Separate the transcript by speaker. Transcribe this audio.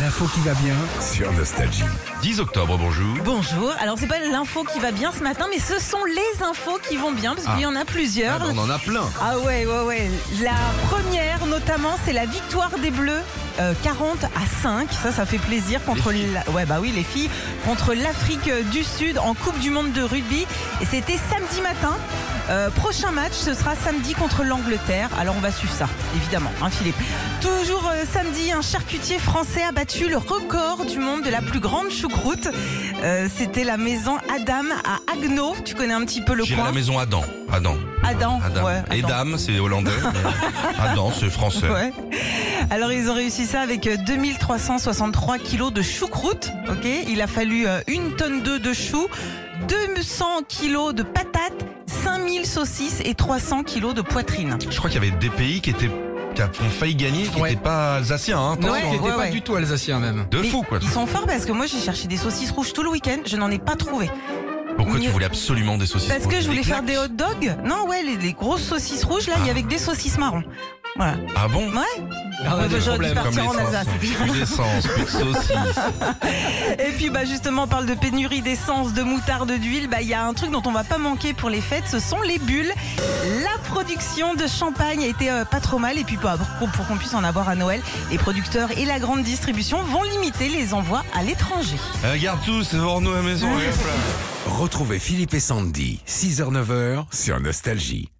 Speaker 1: l'info qui va bien.
Speaker 2: sur Nostalgie.
Speaker 3: 10 octobre, bonjour.
Speaker 4: Bonjour. Alors c'est pas l'info qui va bien ce matin, mais ce sont les infos qui vont bien parce qu'il y en a plusieurs.
Speaker 3: on en a plein.
Speaker 4: Ah ouais, ouais, ouais. La première, notamment, c'est la victoire des Bleus. euh, 40 à 5, ça ça fait plaisir contre la... ouais bah oui les filles contre l'Afrique du Sud en Coupe du monde de rugby et c'était samedi matin. Euh, prochain match ce sera samedi contre l'Angleterre. Alors on va suivre ça évidemment hein Philippe. Toujours euh, samedi un charcutier français a battu le record du monde de la plus grande choucroute. Euh, c'était la maison Adam à Agno. Tu connais un petit peu le
Speaker 3: J'irai à
Speaker 4: coin.
Speaker 3: la maison Adam. Adam.
Speaker 4: Adam, ouais,
Speaker 3: Et
Speaker 4: Adam.
Speaker 3: dame, c'est hollandais. Adam, c'est français.
Speaker 4: Ouais. Alors ils ont réussi ça avec euh, 2363 kilos de choucroute. Ok, il a fallu euh, une tonne d'œufs de choux, 200 kilos de patates, 5000 saucisses et 300 kilos de poitrine.
Speaker 3: Je crois qu'il y avait des pays qui étaient qui ont failli gagner, qui
Speaker 1: Ouais.
Speaker 3: n'étaient pas alsaciens. hein,
Speaker 1: Non, il
Speaker 3: attention.
Speaker 4: Ouais,
Speaker 1: n'était
Speaker 4: ouais,
Speaker 1: pas
Speaker 4: ouais.
Speaker 1: du tout alsacien même.
Speaker 3: De
Speaker 4: Mais
Speaker 3: fou, quoi.
Speaker 4: Ils sont forts parce que moi j'ai cherché des saucisses rouges tout le week-end, je n'en ai pas trouvé.
Speaker 3: Pourquoi tu
Speaker 4: mieux.
Speaker 3: voulais absolument des saucisses
Speaker 4: Parce que je voulais faire des hot
Speaker 3: claques
Speaker 4: dogs. Non ouais, les, les grosses saucisses rouges là, il y avait que des saucisses marrons. Voilà.
Speaker 3: Ah bon
Speaker 4: Ouais.
Speaker 1: Ah, on a
Speaker 4: Ouais,
Speaker 1: des
Speaker 4: j'aurais
Speaker 1: problèmes
Speaker 4: dû
Speaker 3: Comme
Speaker 4: partir en
Speaker 3: l'essence.
Speaker 4: Alsace.
Speaker 3: Plus d'essence, plus de saucisses.
Speaker 4: Et puis bah justement on parle de pénurie d'essence, de moutarde, d'huile, bah il y a un truc dont on va pas manquer pour les fêtes, ce sont les bulles. La production de champagne a été euh, pas trop mal et puis bah, pour, pour qu'on puisse en avoir à Noël, les producteurs et la grande distribution vont limiter les envois à l'étranger.
Speaker 3: Eh, Regarde tous, c'est hors nous à la maison. regarde.
Speaker 2: Retrouvez Philippe et Sandy, 6h-9h sur Nostalgie.